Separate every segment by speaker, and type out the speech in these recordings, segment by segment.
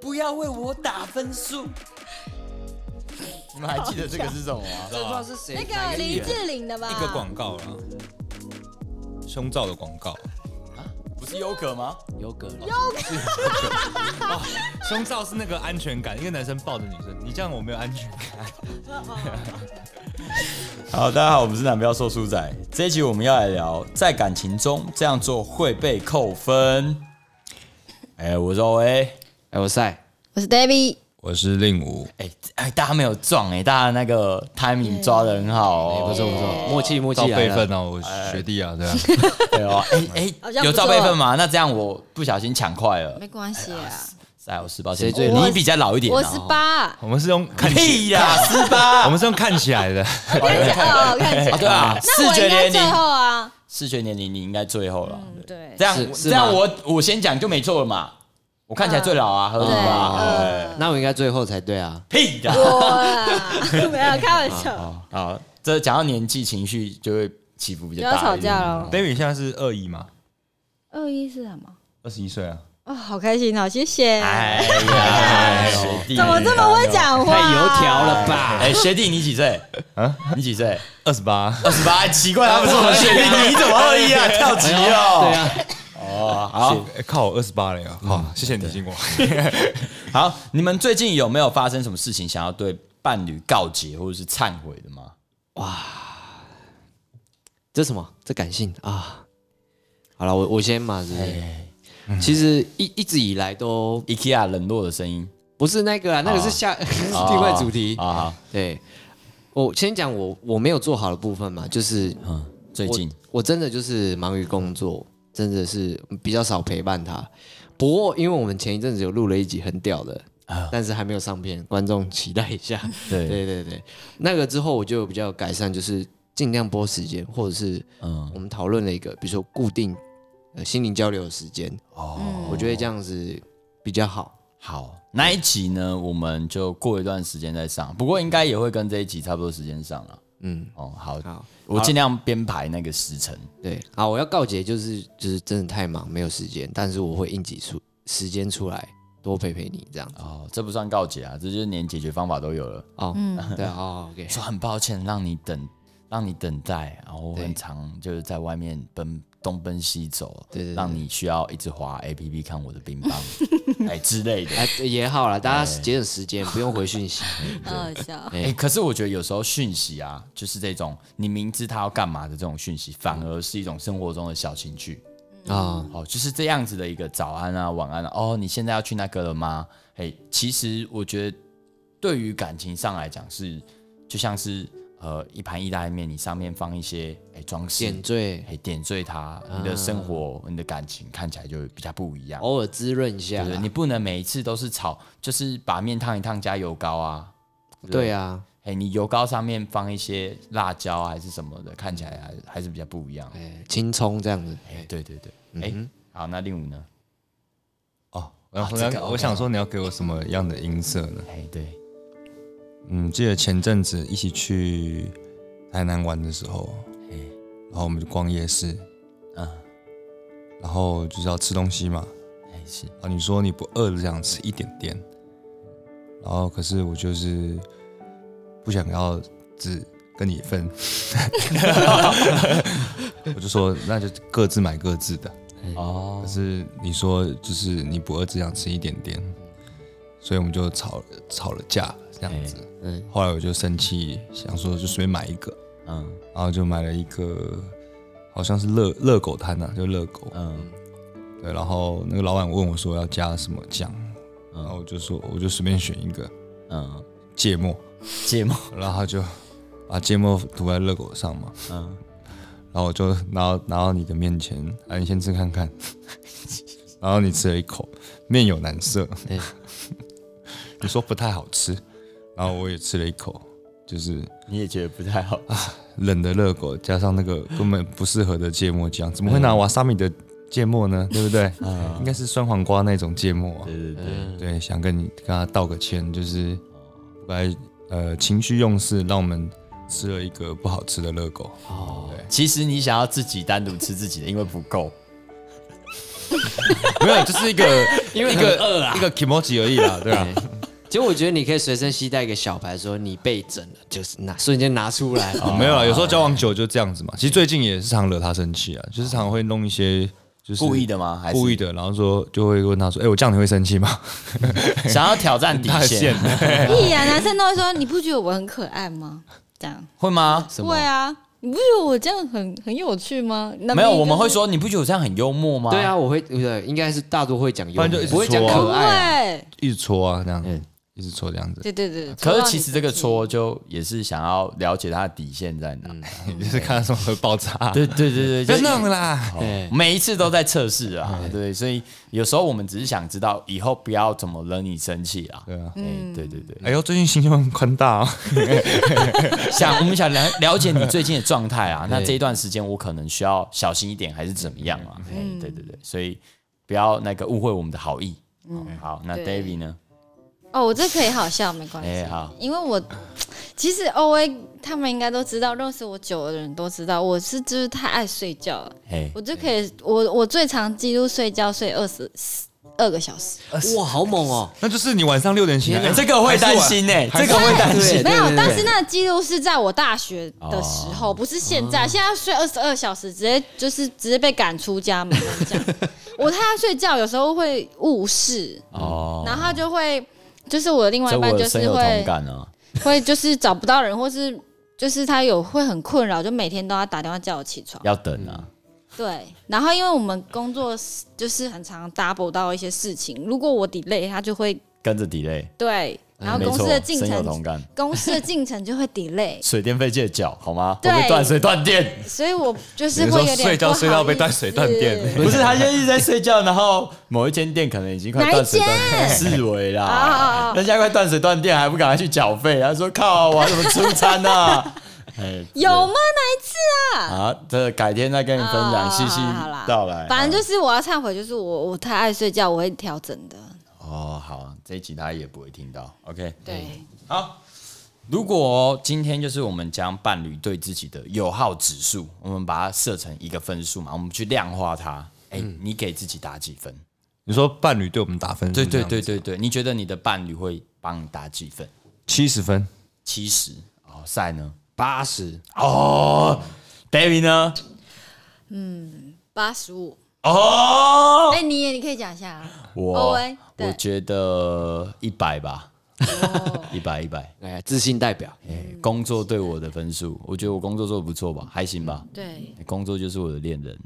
Speaker 1: 不要为我打分数。
Speaker 2: 你们还记得这个是什么啊 吗？
Speaker 1: 这不知道是谁
Speaker 3: 那个
Speaker 1: 哪艺
Speaker 3: 林
Speaker 1: 人
Speaker 3: 志玲的吧？
Speaker 4: 一个广告啦，胸罩的广告，
Speaker 2: 啊不是优格吗？
Speaker 1: 有梗了，
Speaker 4: 胸罩是那个安全感，一个男生抱着女生，你这样我没有安全感。
Speaker 2: 好，大家好，我们是男票说书仔。这一集我们要来聊，在感情中这样做会被 扣分。哎、我是 O A。
Speaker 1: 哎，我赛，
Speaker 3: 我是 David，
Speaker 4: 我是令武，
Speaker 2: 哎、哎，大家没有撞哎、大家那个 timing 抓的很好哦，
Speaker 1: 不错不错，默契啊默
Speaker 4: 遭
Speaker 1: 契来
Speaker 4: 备
Speaker 1: 了
Speaker 4: 份。哦，我学弟
Speaker 2: 哎
Speaker 4: 啊，对啊，
Speaker 2: 对 哦，哎
Speaker 3: 好
Speaker 2: 哎，
Speaker 3: 像
Speaker 2: 有
Speaker 3: 不
Speaker 2: 照
Speaker 3: 错
Speaker 2: 备份吗？那这样我不小心抢快了，
Speaker 3: 没关系啊，
Speaker 2: 赛我十八岁，
Speaker 1: 谁最
Speaker 3: 老
Speaker 2: 你比较老一点啊，
Speaker 3: 我十八，
Speaker 4: 我们是用看起，
Speaker 2: 屁 啊啦，十八，
Speaker 4: 我们是用看 起来的，
Speaker 3: 哦，看起
Speaker 2: 啊
Speaker 3: 来，
Speaker 2: 对啊，
Speaker 3: 那
Speaker 2: 视
Speaker 3: 我
Speaker 2: 觉
Speaker 3: 应该
Speaker 2: 年
Speaker 3: 最
Speaker 2: 龄，
Speaker 3: 后啊，
Speaker 2: 视觉年龄你应该最后了，
Speaker 3: 嗯对
Speaker 2: 这样
Speaker 1: 是是
Speaker 2: 这样
Speaker 1: 吗
Speaker 2: 我我先讲就没错了嘛，我看起来最老啊，合理
Speaker 3: 嗯对，
Speaker 2: 吧？哎
Speaker 3: 呃，
Speaker 1: 那我应该最后才对啊。
Speaker 2: 屁的，
Speaker 3: 我啊 没有开玩笑，
Speaker 2: 好好，这讲到年纪情绪就会起伏比
Speaker 3: 不
Speaker 2: 较
Speaker 3: 要
Speaker 2: 大
Speaker 3: 吵
Speaker 2: 一点，
Speaker 3: 架喽。
Speaker 4: David 现在是二一嘛，
Speaker 3: 二一是什么？
Speaker 4: 二十一岁啊，
Speaker 3: 啊，好开心哦，谢谢。
Speaker 2: 哎呀，学弟
Speaker 3: 怎么这么会？讲话？
Speaker 1: 太油条了吧？
Speaker 2: 哎，学弟你几岁？你几岁？
Speaker 4: 二十八，
Speaker 2: 二十八，奇怪，他们说我学弟，你怎么二一啊？跳级哦。
Speaker 1: 对啊，
Speaker 2: 哦，好
Speaker 4: 哎靠，我二十八了呀，好，谢谢你经过。
Speaker 2: 好，你们最近有没有发生什么事情想要对伴侣告解或者是忏悔的吗？
Speaker 1: 这什么？这感性啊！好了，我我先嘛，是不是？其实一一直以来都
Speaker 2: IKEA 冷落的声音，
Speaker 1: 不是那个啊，那个是下 另外主题
Speaker 2: 啊、。好好
Speaker 1: 对，我先讲我我没有做好的部分嘛，就是
Speaker 2: 嗯，最近
Speaker 1: 我真的就是忙于工作，真的是比较少陪伴他。不过，因为我们前一阵子有录了一集很屌的，但是还没有上片，观众期待一下。
Speaker 2: 对
Speaker 1: 对对对，那个之后我就比较有改善，就是尽量拨时间，或者是
Speaker 2: 嗯
Speaker 1: 我们讨论了一个，比如说固定呃心灵交流的时间，
Speaker 2: 哦
Speaker 1: 我觉得这样子比较好。
Speaker 2: 好那一集呢，我们就过一段时间再上，不过应该也会跟这一集差不多时间上了。
Speaker 1: 嗯，
Speaker 2: 哦，好，
Speaker 1: 好
Speaker 2: 我尽量编排那个时辰。
Speaker 1: 对，好，我要告诫就是就是真的太忙，没有时间，但是我会应急出时间出来多陪陪你这样。
Speaker 2: 哦，这不算告解啊，这就是连解决方法都有了。
Speaker 1: 哦，对啊哦，OK，
Speaker 2: 哎说很抱歉让你等，让你等待，然后我
Speaker 1: 对
Speaker 2: 很常就是在外面奔东奔西走，
Speaker 1: 对对对
Speaker 2: 让你需要一直滑 A P P 看我的冰 棒，哎之类的。
Speaker 1: 哎、对也好了，大家节省时间，不用回 讯息。
Speaker 3: 好笑。
Speaker 2: 哎、可是我觉得有时候讯息啊，就是这种你明知他要干嘛的这种讯息，反而是一种生活中的小情趣。
Speaker 1: 啊、
Speaker 2: 哦，就是这样子的一个早安啊、晚安啊。哦，你现在要去那个了吗？哎，其实我觉得对于感情上来讲是，就像是呃一盘意大利面，你上面放一些哎装饰，
Speaker 1: 点缀，啊
Speaker 2: 哎点缀它，你的生活、你的感情看起来就会比较不一样。
Speaker 1: 偶尔滋润一
Speaker 2: 对
Speaker 1: 下
Speaker 2: 不
Speaker 1: 啦。
Speaker 2: 对？你不能每一次都是炒，就是把面烫一烫加油膏啊。
Speaker 1: 对啊，
Speaker 2: 哎，你油膏上面放一些辣椒啊还是什么的，看起来还是还是比较不一样。
Speaker 1: 哎、青葱这样子。
Speaker 2: 哎，对对对，哎、好，那令武呢？
Speaker 4: 哦，然后
Speaker 2: 啊这个
Speaker 4: 我想说你要给我什么样的音色呢？
Speaker 2: 哎，对，
Speaker 4: 嗯，记得前阵子一起去台南玩的时候，然后我们就逛夜市，啊
Speaker 2: 嗯，
Speaker 4: 然后就是要吃东西嘛。
Speaker 2: 哎是，
Speaker 4: 啊，你说你不饿了，想吃一点点，然后可是我就是不想要只跟你一份， 我就说那就各自买各自的。
Speaker 2: 哦
Speaker 4: 可，是你说就是你不饿，只想吃一点点，所以我们就吵吵了架这样子。
Speaker 2: 哎
Speaker 1: 嗯
Speaker 4: 后来我就生气，想说就随便买一个，
Speaker 2: 嗯
Speaker 4: 然后就买了一个好像是热热狗摊啊，就热狗。
Speaker 2: 嗯
Speaker 4: 对，然后那个老板问我说要加什么酱，然后我就说我就随便选一个
Speaker 2: 嗯，
Speaker 4: 芥末，
Speaker 2: 芥末，
Speaker 4: 然后他就把芥末涂在热狗上嘛，
Speaker 2: 嗯，
Speaker 4: 然后我就拿到拿到你的面前，啊，你先吃看看， 然后你吃了一口，面有难色，
Speaker 1: 哎
Speaker 4: 你说不太好吃，然后我也吃了一口，就是
Speaker 2: 你也觉得不太 好，
Speaker 4: 冷的热狗加上那个根本不适合的芥末酱，怎么会拿瓦萨米的芥末呢？ 对不对？应该是酸黄瓜那种芥末啊。
Speaker 2: 对对对，
Speaker 4: 啊对，想跟你跟他道个歉，就是不该呃情绪用事，让我们吃了一个不好吃的热狗。
Speaker 2: 其实你想要自己单独吃自己的，因为不够，
Speaker 4: 没有，就是一 个
Speaker 1: 因为
Speaker 4: 一
Speaker 1: 很
Speaker 4: 个一个 emoji 而已 啦，啊对吧？啊
Speaker 1: 其实我觉得你可以随身携带一个小牌，说你被整了，就是拿瞬间拿出来。
Speaker 3: 哦
Speaker 4: 没有啦，有时候交往久就这样子嘛。其实最近也哦啊是常惹他生气啊，就是常会弄一些就是
Speaker 2: 故意的吗？ 还是
Speaker 4: 故意的，然后说就会问他说：“哎、我这样你会生气吗
Speaker 2: 想要挑战 底
Speaker 4: 他的
Speaker 2: 线？
Speaker 3: 屁呀、男生都会说你不觉得我很可爱吗？这样
Speaker 2: 会吗？
Speaker 1: 什么
Speaker 3: 对啊，你不觉得我这样很很有趣吗？那
Speaker 2: 没有，
Speaker 3: 明明
Speaker 2: 我们
Speaker 3: 就是
Speaker 2: 会说你不觉得我这样很幽默吗？
Speaker 1: 对啊，我会对，应该是大多会讲幽
Speaker 4: 不然就一，
Speaker 1: 默
Speaker 4: 直
Speaker 1: 不会讲
Speaker 4: 戳啊
Speaker 1: 可爱啊。
Speaker 4: 一直戳啊，这样，
Speaker 1: 嗯
Speaker 4: 一直戳这样子，
Speaker 3: 对对对对，
Speaker 2: 可
Speaker 3: 戳
Speaker 2: 是
Speaker 3: 到
Speaker 2: 其
Speaker 3: 你
Speaker 2: 实这个
Speaker 3: 生气
Speaker 2: 戳就也是想要了解他的底线在哪。
Speaker 4: 就是看他什么时候爆 炸、
Speaker 2: 对对 对对，
Speaker 4: 别
Speaker 2: 就
Speaker 4: 弄啦，
Speaker 1: 对
Speaker 2: 每一次都在测试啊，对，所以有时候我们只是想知道以后不要怎么惹你生气啊。
Speaker 4: 对啊。
Speaker 3: 嗯
Speaker 2: 哎，对对对，
Speaker 4: 哎呦，最近心胸很宽大哦，
Speaker 2: 想 我们想了了解你最近的状态啊，那这一段时间我可能需要小心一点，还是怎么样啊？哎，对对对，所以不要那个误会我们的好意。哦好，那
Speaker 3: 对
Speaker 2: David 呢？
Speaker 3: 哦，我这可以好笑，没关系。
Speaker 2: 哎，好，
Speaker 3: 因为我 其实 O A 他们应该都知道，认识我久的人都知道，我是就是太爱睡觉了，
Speaker 2: 哎，
Speaker 3: 我就可以，我我最长记录睡觉睡二十二个小时，
Speaker 1: 哇，好猛哦！
Speaker 4: 那就是你晚上六点醒来
Speaker 2: 哎，这个会担心呢，这个 会担心。
Speaker 1: 对
Speaker 3: 没有
Speaker 1: 对对，
Speaker 3: 但是那个记录是在我大学的时
Speaker 2: 哦
Speaker 3: 候，不是现
Speaker 2: 嗯
Speaker 3: 在，现在睡二十二小时，直接就是直接被赶出 家门，我跟你讲，我太爱睡觉，有时候会误事，
Speaker 2: 哦，
Speaker 3: 然后就会。就是我的另外一
Speaker 2: 这
Speaker 3: 半
Speaker 2: 我
Speaker 3: 就
Speaker 2: 深
Speaker 3: 是
Speaker 2: 有同
Speaker 3: 会
Speaker 2: 感啊。
Speaker 3: 会就是找不到人，或是就是他有会很困扰，就每天都要打电话叫我起床。
Speaker 2: 要等啊，
Speaker 3: 对，然后因为我们工作是就是很常 double 到一些事情，如果我 delay，他就会
Speaker 2: 跟着 delay。
Speaker 3: 对，然后
Speaker 2: 哎没
Speaker 3: 公
Speaker 2: 错
Speaker 3: 司的进
Speaker 2: 深有
Speaker 3: 程，
Speaker 2: 同感。
Speaker 3: 公司的进程就会 delay，
Speaker 2: 水电费记得缴好吗？我
Speaker 3: 对
Speaker 2: 们断水断电，
Speaker 3: 所以我就是
Speaker 4: 你
Speaker 3: 会
Speaker 4: 说
Speaker 3: 有点
Speaker 4: 睡觉
Speaker 3: 不好
Speaker 4: 睡到被
Speaker 3: 意
Speaker 4: 断水断电
Speaker 3: 思
Speaker 2: 不是他就一直在睡觉，然后某一间店可能已经快断水断电，四维啦
Speaker 3: 哦哦哦，
Speaker 2: 人家快断水断电还不赶快去缴费，他说靠，我要怎么出餐 啊？哎
Speaker 3: 有吗？哪一次啊？
Speaker 2: 啊，这改天再跟你分享，
Speaker 3: 哦
Speaker 2: 细细
Speaker 3: 好啦好啦
Speaker 2: 道来。
Speaker 3: 反正就是我要忏悔，就是我我太爱睡觉，我会调整的。
Speaker 2: 哦，好，这一集他也不会听到。OK，
Speaker 3: 对，
Speaker 2: 好，如果今天就是我们将伴侣对自己的友好指数，我们把它设成一个分数嘛，我们去量化它。哎、你给自己打几分？
Speaker 4: 你说伴侣对我们打分，
Speaker 2: 对对对，对对，你觉得你的伴侣会帮你打几分？
Speaker 4: 七十分，
Speaker 2: 七十哦，赛呢？
Speaker 1: 八十
Speaker 2: 哦，David 呢？
Speaker 3: 八十五。
Speaker 2: 哦，
Speaker 3: 哎，你也你可以讲一下啊。
Speaker 2: 我
Speaker 3: 哦喂对
Speaker 2: 我觉得一百吧， 一百一百。
Speaker 1: 哎，自信代表。
Speaker 2: 哎，工作对我的分数，我觉得我工作做的不错吧，还行吧。
Speaker 3: 对，
Speaker 2: 工作就是我的恋人。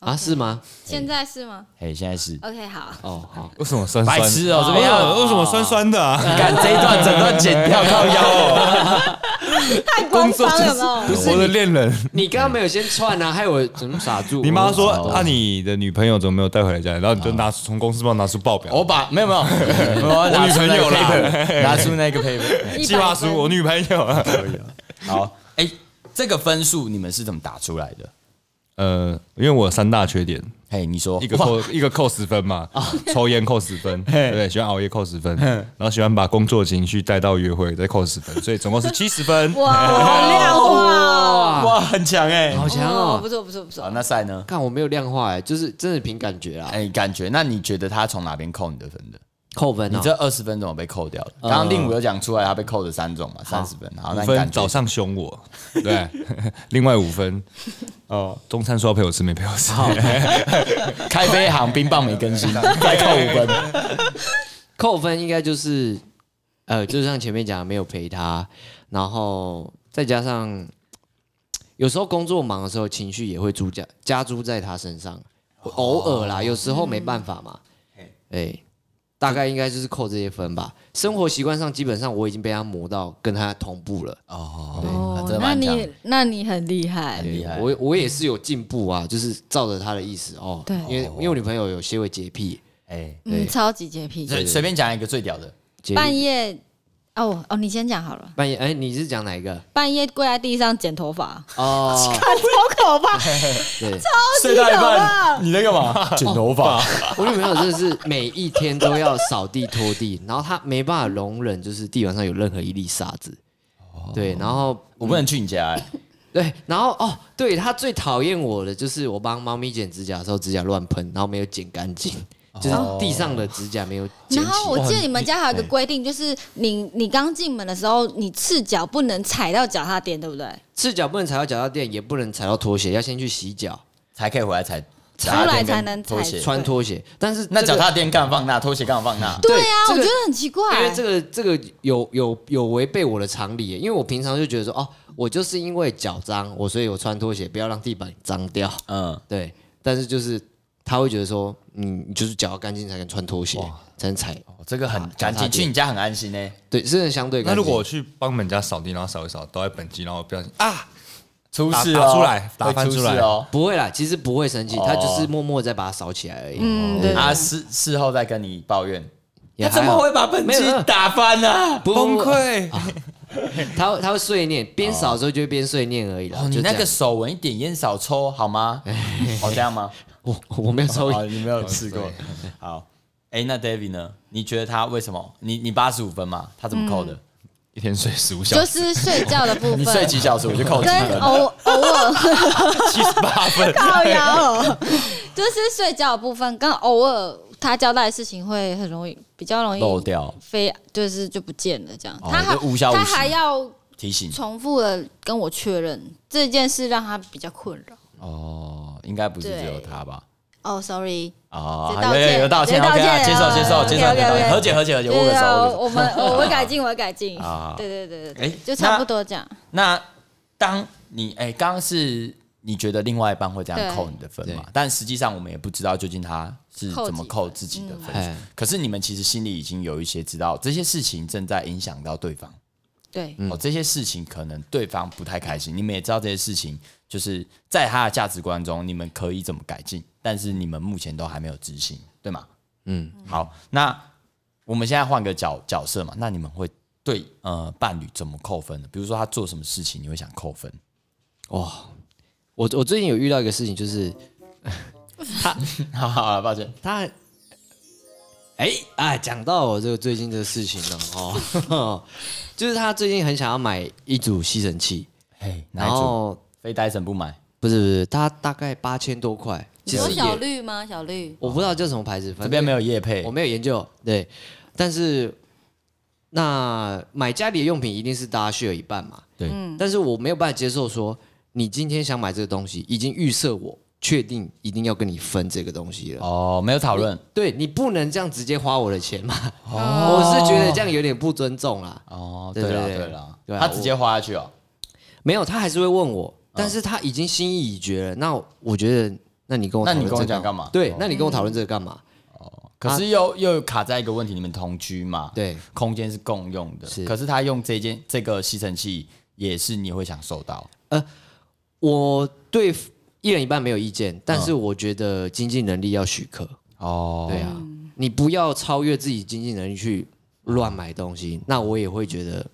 Speaker 1: 啊，是吗？
Speaker 3: 现在是吗
Speaker 2: 哎，现在是
Speaker 3: ？OK，好。
Speaker 1: 哦，好，
Speaker 4: 为什么酸酸？
Speaker 2: 白痴哦、这
Speaker 4: 哎
Speaker 2: 边
Speaker 4: 呀
Speaker 2: 要
Speaker 4: 为什么酸酸的啊？
Speaker 2: 干这一段整段剪掉靠腰哦、
Speaker 3: 太官方了有没 有？
Speaker 4: 我的恋人，
Speaker 1: 你刚刚没有先串啊，害我怎么傻住？
Speaker 4: 你妈说
Speaker 1: 我
Speaker 4: 啊，你的女朋友怎么没有带回来家里？然后你就拿出从公司帮拿出报表，
Speaker 3: 哦
Speaker 2: 我把没有没 有，我拿出那个 paper，拿出那个 paper。哎
Speaker 3: 100
Speaker 4: 计划书，
Speaker 3: 分
Speaker 4: 我女朋友。啊
Speaker 2: 好，哎、这个分数你们是怎么打出来的？
Speaker 4: 呃，因为我有三大缺点，
Speaker 2: 嘿、你说
Speaker 4: 一个扣一个扣十分嘛，抽烟扣十分，对不对，喜欢熬夜扣十分，然后喜欢把工作情绪带到约会，再扣十分，所以总共是七十分。
Speaker 3: 哇，好亮化哦！
Speaker 2: 哇很强哎、
Speaker 1: 好强
Speaker 3: 哦，不
Speaker 1: 哦！
Speaker 3: 错不错不错
Speaker 2: 啊好，。那赛呢？
Speaker 1: 看我没有量化哎，就是真的凭感觉啊，
Speaker 2: 哎、感觉那你觉得他从哪边扣你的分的？
Speaker 1: 扣分
Speaker 2: 你
Speaker 1: 哦。
Speaker 2: 这二十分怎么被扣掉的？刚刚令武有讲出来，他被扣的三种嘛，三十分。好，那你
Speaker 4: 五
Speaker 2: 感
Speaker 4: 分
Speaker 2: 觉
Speaker 4: 早上凶我，对，另外五分，哦， 中餐说要陪我吃没陪我吃，
Speaker 2: 开飞行冰棒没更新，啊再扣五分。
Speaker 1: 扣分应该就是，呃，就像前面讲的，没有陪他，然后再加上有时候工作忙的时候，情绪也会诸加加诸在他身上，偶尔啦，有时候没办法嘛。
Speaker 2: 嗯
Speaker 1: 哎，大概应该就是扣这些分吧。生活习惯上，基本上我已经被他磨到跟他同步了。
Speaker 2: 哦真的
Speaker 3: 那
Speaker 2: 蛮强
Speaker 3: 你哎那你很厉害，
Speaker 2: 厉害
Speaker 1: 我我也是有进步啊，就是照着他的意思哦。
Speaker 3: 对
Speaker 1: 因为因为我女朋友有些微洁癖，
Speaker 2: 哎、
Speaker 3: 嗯，超级洁癖。
Speaker 2: 随随便讲一个最屌的。
Speaker 1: 洁癖
Speaker 3: 半夜哦哦，你先讲好了。
Speaker 1: 半夜哎，你是讲哪一个？
Speaker 3: 半夜跪在地上剪头发，
Speaker 1: 哦，
Speaker 3: 超可怕！
Speaker 1: 对。
Speaker 2: 睡到一半，你在干嘛？剪头 发。
Speaker 1: 我女朋友真的是每一天都要扫地拖地，然后她没办法
Speaker 2: 哦
Speaker 1: 容忍就是地板上有任何一粒沙子。对，然后
Speaker 2: 我不能去你家、欸，
Speaker 1: 对，然后哦，对他最讨厌我的就是我帮猫咪剪指甲的时候，指甲乱喷，然后没有剪干净，
Speaker 2: 哦
Speaker 1: 就是地上的指甲没有剪
Speaker 3: 然
Speaker 1: 起。
Speaker 3: 后我记得你们家还有一个规定，就是你你刚进门的时候，你赤脚不能踩到脚踏垫，对不对？
Speaker 1: 赤脚不能踩到脚踏垫，也不能踩到拖鞋，要先去洗脚，
Speaker 2: 才可以回来踩，
Speaker 3: 出来才能
Speaker 2: 拖鞋
Speaker 3: 踩。
Speaker 1: 穿拖鞋。但是
Speaker 2: 那
Speaker 1: 这
Speaker 2: 脚
Speaker 1: 个
Speaker 2: 踏垫干嘛放那，拖鞋干嘛放 那？
Speaker 3: 对啊，
Speaker 1: 这
Speaker 3: 我
Speaker 1: 个
Speaker 3: 觉得很奇怪。
Speaker 1: 因为这个这个有有有违背我的常理耶，因为我平常就觉得说，哦，我就是因为脚脏，我所以我穿拖鞋，不要让地板脏掉。
Speaker 2: 嗯，
Speaker 1: 对，但是就是他会觉得说，嗯，你就是脚要干净才能穿拖鞋，才能踩。
Speaker 2: 哦这个很
Speaker 1: 脚
Speaker 2: 干
Speaker 1: 踏
Speaker 2: 净，
Speaker 1: 垫
Speaker 2: 去你家很安心欸呢。
Speaker 1: 对，真的相对
Speaker 4: 那
Speaker 1: 干净。
Speaker 4: 如果我去帮人家扫地，然后扫一扫，倒在本机，然后不小心啊，
Speaker 2: 出事
Speaker 4: 打打
Speaker 2: 哦，
Speaker 4: 出来打
Speaker 2: 会
Speaker 4: 翻
Speaker 2: 出
Speaker 4: 出来
Speaker 2: 事哦。
Speaker 1: 不会啦，其实不会生气，
Speaker 2: 哦
Speaker 1: 他就是默默再把它扫起来而已。哦
Speaker 3: 嗯，对，
Speaker 2: 啊，事事后再跟你抱怨，
Speaker 1: 也还好
Speaker 2: 把本
Speaker 1: 没有没有
Speaker 2: 打翻啊呢？
Speaker 1: 不
Speaker 4: 崩？
Speaker 1: 不
Speaker 4: 溃。
Speaker 1: 不他会他会碎念，边扫的时候就会边碎念而已啦。
Speaker 2: 哦，你
Speaker 1: 就这
Speaker 2: 那
Speaker 1: 样
Speaker 2: 个手闻一点烟少抽好吗？哦，这样吗？
Speaker 1: 我我没有抽
Speaker 2: 哦，你没有试过。好，哎，那 David 呢？你觉得他为什么？你你八十五分嘛，他怎么
Speaker 3: 嗯
Speaker 2: 扣的？
Speaker 4: 一天睡十五小
Speaker 3: 就
Speaker 4: 时，
Speaker 3: 是睡觉的部
Speaker 2: 你 睡
Speaker 3: 分。
Speaker 2: 几小时我就扣几
Speaker 3: 跟哦
Speaker 2: 分？
Speaker 3: 偶偶尔
Speaker 2: 七十八分。
Speaker 3: 靠 腰哦，就是睡觉的部分跟偶尔他交代的事情会很容易，比较容易
Speaker 2: 漏掉
Speaker 3: 飞，就是就不见了这样。
Speaker 2: 哦
Speaker 3: 他还
Speaker 2: 就无消无息
Speaker 3: 他还要
Speaker 2: 提醒
Speaker 3: 重复的跟我确认这件事，让他比较困扰。
Speaker 2: 哦，应该不是只有
Speaker 3: 对
Speaker 2: 他吧？
Speaker 3: 哦，sorry、
Speaker 2: 哦，
Speaker 3: 道
Speaker 2: 有
Speaker 3: 歉
Speaker 2: 有有道歉
Speaker 3: 有道
Speaker 2: ，OK
Speaker 3: 歉
Speaker 2: 啊，接受
Speaker 3: 有
Speaker 2: 接受接受，
Speaker 3: OK，OK，OK
Speaker 2: 接受和解和解和
Speaker 3: s
Speaker 2: 解，
Speaker 3: o r r y
Speaker 2: 握个手握个手。
Speaker 3: 我们我会 改进，我会改进
Speaker 2: 啊。
Speaker 3: 对对对对对，
Speaker 2: 哎，那
Speaker 3: 就差不多这样。
Speaker 2: 那当你哎，刚刚是你觉得另外一半会这样
Speaker 3: 对
Speaker 2: 扣你的分嘛
Speaker 1: 对？
Speaker 2: 但实际上我们也不知道究竟他是
Speaker 3: 扣
Speaker 2: 怎么
Speaker 3: 几嗯
Speaker 2: 扣自己的分数。
Speaker 1: 哎
Speaker 2: 可是你们其实心里已经有一些知道这些事情正在影响到对方、
Speaker 3: 对，
Speaker 2: 哦，
Speaker 1: 嗯
Speaker 2: 这些事情可能对方不太开心，你们也知道这些事情就是在他的价值观中你们可以怎么改进，但是你们目前都还没有执行，对吗？
Speaker 1: 嗯，
Speaker 2: 好，那我们现在换个角角色嘛，那你们会对呃伴侣怎么扣分呢？比如说他做什么事情你会想扣分？
Speaker 1: 哇，我我最近有遇到一个事情，就是
Speaker 2: 好好好，抱歉，
Speaker 1: 他，哎啊，讲到我这个最近的事情了哦， 就是他最近很想要买一组吸尘器，
Speaker 2: 嘿，哪
Speaker 1: 然
Speaker 2: 一组？
Speaker 1: 后
Speaker 2: 非戴森不买，
Speaker 1: 不是不是，他大概八千多块，
Speaker 3: 你
Speaker 1: 其
Speaker 3: 说
Speaker 1: 实
Speaker 3: 小
Speaker 1: 也
Speaker 3: 绿吗？小绿，
Speaker 1: 我不知道叫什么牌子，
Speaker 2: 这
Speaker 1: 反
Speaker 2: 边
Speaker 1: 正
Speaker 2: 没有叶配
Speaker 1: 我，没有研究，对，但是那买家里的用品一定是大家 share 一半嘛，
Speaker 2: 对
Speaker 1: 但是我没有办法接受说你今天想买这个东西，已经预设我确定一定要跟你分这个东西了。
Speaker 2: 哦，没有讨论。
Speaker 1: 对你不能这样直接花我的钱嘛？我是觉得这样有点不尊重啦。
Speaker 2: 哦，
Speaker 1: 对
Speaker 2: 对了
Speaker 1: 对对
Speaker 2: 对了，
Speaker 1: 对啊
Speaker 2: 他直接花下去哦。
Speaker 1: 没有，他还是会问我，但是他已经心意已决了。那我觉得，那你跟我
Speaker 2: 那
Speaker 1: 讨
Speaker 2: 你
Speaker 1: 论
Speaker 2: 跟我
Speaker 1: 这
Speaker 2: 讲
Speaker 1: 个
Speaker 2: 干嘛哦嗯
Speaker 1: 对，那你跟我讨论这个干嘛？
Speaker 2: 可
Speaker 1: 啊
Speaker 2: 是又又卡在一个问题，你们同居嘛，，
Speaker 1: 对，
Speaker 2: 空间是共用的，
Speaker 1: 是
Speaker 2: 可是他用这件这个吸尘器也是你会享受到
Speaker 1: 我对一人一半没有意
Speaker 2: 嗯
Speaker 1: 见，但是我觉得经济能力要许可。
Speaker 2: 哦
Speaker 1: 对啊，你不要超越自己经济能力去乱买东西。那我也会觉得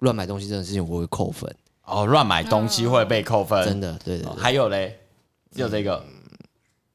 Speaker 1: 乱买东西这种事情我会扣分，
Speaker 2: 哦，乱买东西会被扣分，
Speaker 1: 真的，对对
Speaker 2: 哦
Speaker 1: 对。
Speaker 2: 还有嘞，只有这个，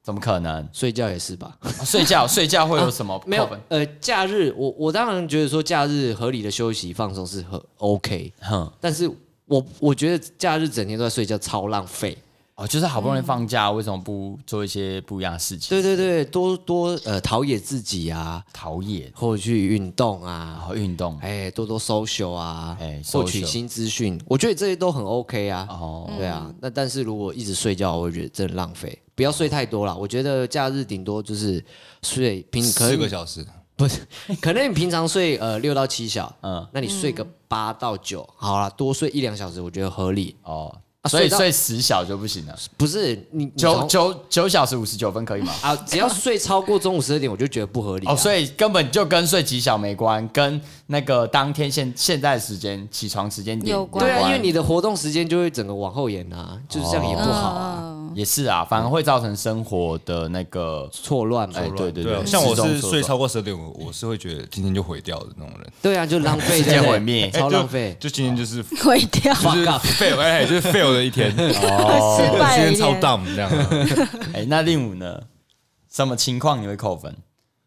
Speaker 2: 怎么可能？
Speaker 1: 睡觉也是吧？
Speaker 2: 哦睡 觉睡觉啊会有什么
Speaker 1: 没
Speaker 2: 扣
Speaker 1: 有
Speaker 2: 分？，
Speaker 1: 呃，假日我我当然觉得说假日合理的休息放松是很 OK，
Speaker 2: 哼，
Speaker 1: 但是我我觉得假日整天都在睡觉超浪费。
Speaker 2: 哦，就是好不容易放假，为什么不做一些不一样的事情？
Speaker 1: 对对对，多多呃陶冶自己啊，
Speaker 2: 陶冶，
Speaker 1: 或者去运动
Speaker 2: 然
Speaker 1: 啊，
Speaker 2: 后哦运动，
Speaker 1: 哎，多多 social 啊，
Speaker 2: 哎
Speaker 1: 获取
Speaker 2: social
Speaker 1: 新资讯，我觉得这些都很 OK 啊。
Speaker 2: 哦，
Speaker 1: 对啊，那但是如果一直睡觉，我会觉得真的浪费。不要睡太多啦，我觉得假日顶多就是睡平可
Speaker 4: 四
Speaker 1: 能
Speaker 4: 个小时，
Speaker 1: 可能你平常睡呃六到七小，
Speaker 2: 嗯，
Speaker 1: 那你睡个八到九，好啦，多睡一两小时我觉得合理。
Speaker 2: 哦，
Speaker 1: 啊
Speaker 2: 所以
Speaker 1: 睡到
Speaker 2: 睡十小就不行了。
Speaker 1: 不是你你
Speaker 2: 九
Speaker 1: 从
Speaker 2: 九九小时五十九分可以吗？
Speaker 1: 啊，只要睡超过中午十二点，我就觉得不合理啦。
Speaker 2: 哦，所以根本就跟睡几小没关，跟那个当天现现在时间起床时间点
Speaker 3: 有
Speaker 1: 对啊，
Speaker 3: 关
Speaker 1: 因为你的活动时间就会整个往后延啊，就是这样也不好
Speaker 2: 哦
Speaker 1: 啊，
Speaker 3: 嗯
Speaker 2: 也是啊，反而会造成生活的那个
Speaker 1: 错乱嘛
Speaker 2: 哎，。对对
Speaker 4: 对啊，
Speaker 2: 对，
Speaker 4: 像我
Speaker 2: 失踪
Speaker 4: 是
Speaker 2: 所
Speaker 4: 睡
Speaker 2: 得
Speaker 4: 超过十二点，我我是会觉得今天就毁掉的那种人，哎
Speaker 1: 对啊，就浪费，
Speaker 2: 世界
Speaker 1: 对不对
Speaker 2: 毁灭
Speaker 1: 超 浪费。
Speaker 4: 就今天就是
Speaker 3: 毁掉，哦
Speaker 4: 就是 fail，哎，就是 fail 的一天，
Speaker 3: 失
Speaker 4: 今
Speaker 3: 败了
Speaker 4: 天哦
Speaker 3: 一
Speaker 4: 超
Speaker 3: 点。
Speaker 4: dumb 这样。啊
Speaker 2: 哎，那令武呢？什么情况你会扣分？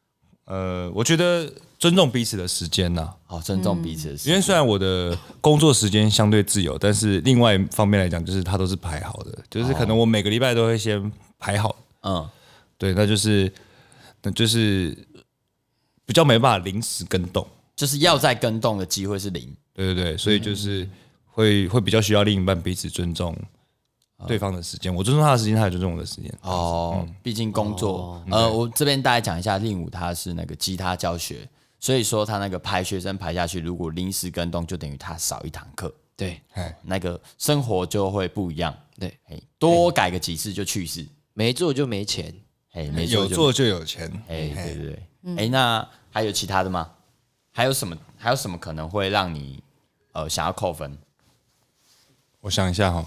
Speaker 4: 呃，我觉得尊重彼此的时间呐、
Speaker 2: 好哦尊重彼此的时间。
Speaker 4: 嗯因为虽然我的工作时间相对自由，但是另外一方面来讲，就是它都是排好的，就是可能我每个礼拜都会先排好，
Speaker 2: 嗯，
Speaker 4: 对，那就是那就是比较没办法临时跟动，
Speaker 2: 就是要再跟动的机会是零。
Speaker 4: 对对对，所以就是会会比较需要另一半彼此尊重啊对方的时间，我尊重他的时间，他也尊重我的时间。
Speaker 2: 哦，毕竟工
Speaker 4: 哦
Speaker 2: 作，呃，我这边大概讲一下，令武他是那个吉他教学，所以说他那个排学生排下去，如果临时跟动，就等于他少一堂课，
Speaker 1: 对
Speaker 2: 那个生活就会不一样。
Speaker 1: 对，
Speaker 2: 哎，多改个几次就去世，
Speaker 1: 没做就没钱，
Speaker 2: 哎，没错
Speaker 4: 有
Speaker 2: 就，
Speaker 4: 做就有钱，
Speaker 2: 哎，对对对，哎，那还有其他的吗？还有什么？还有什么可能会让你呃想要扣分？
Speaker 4: 我想一下哈、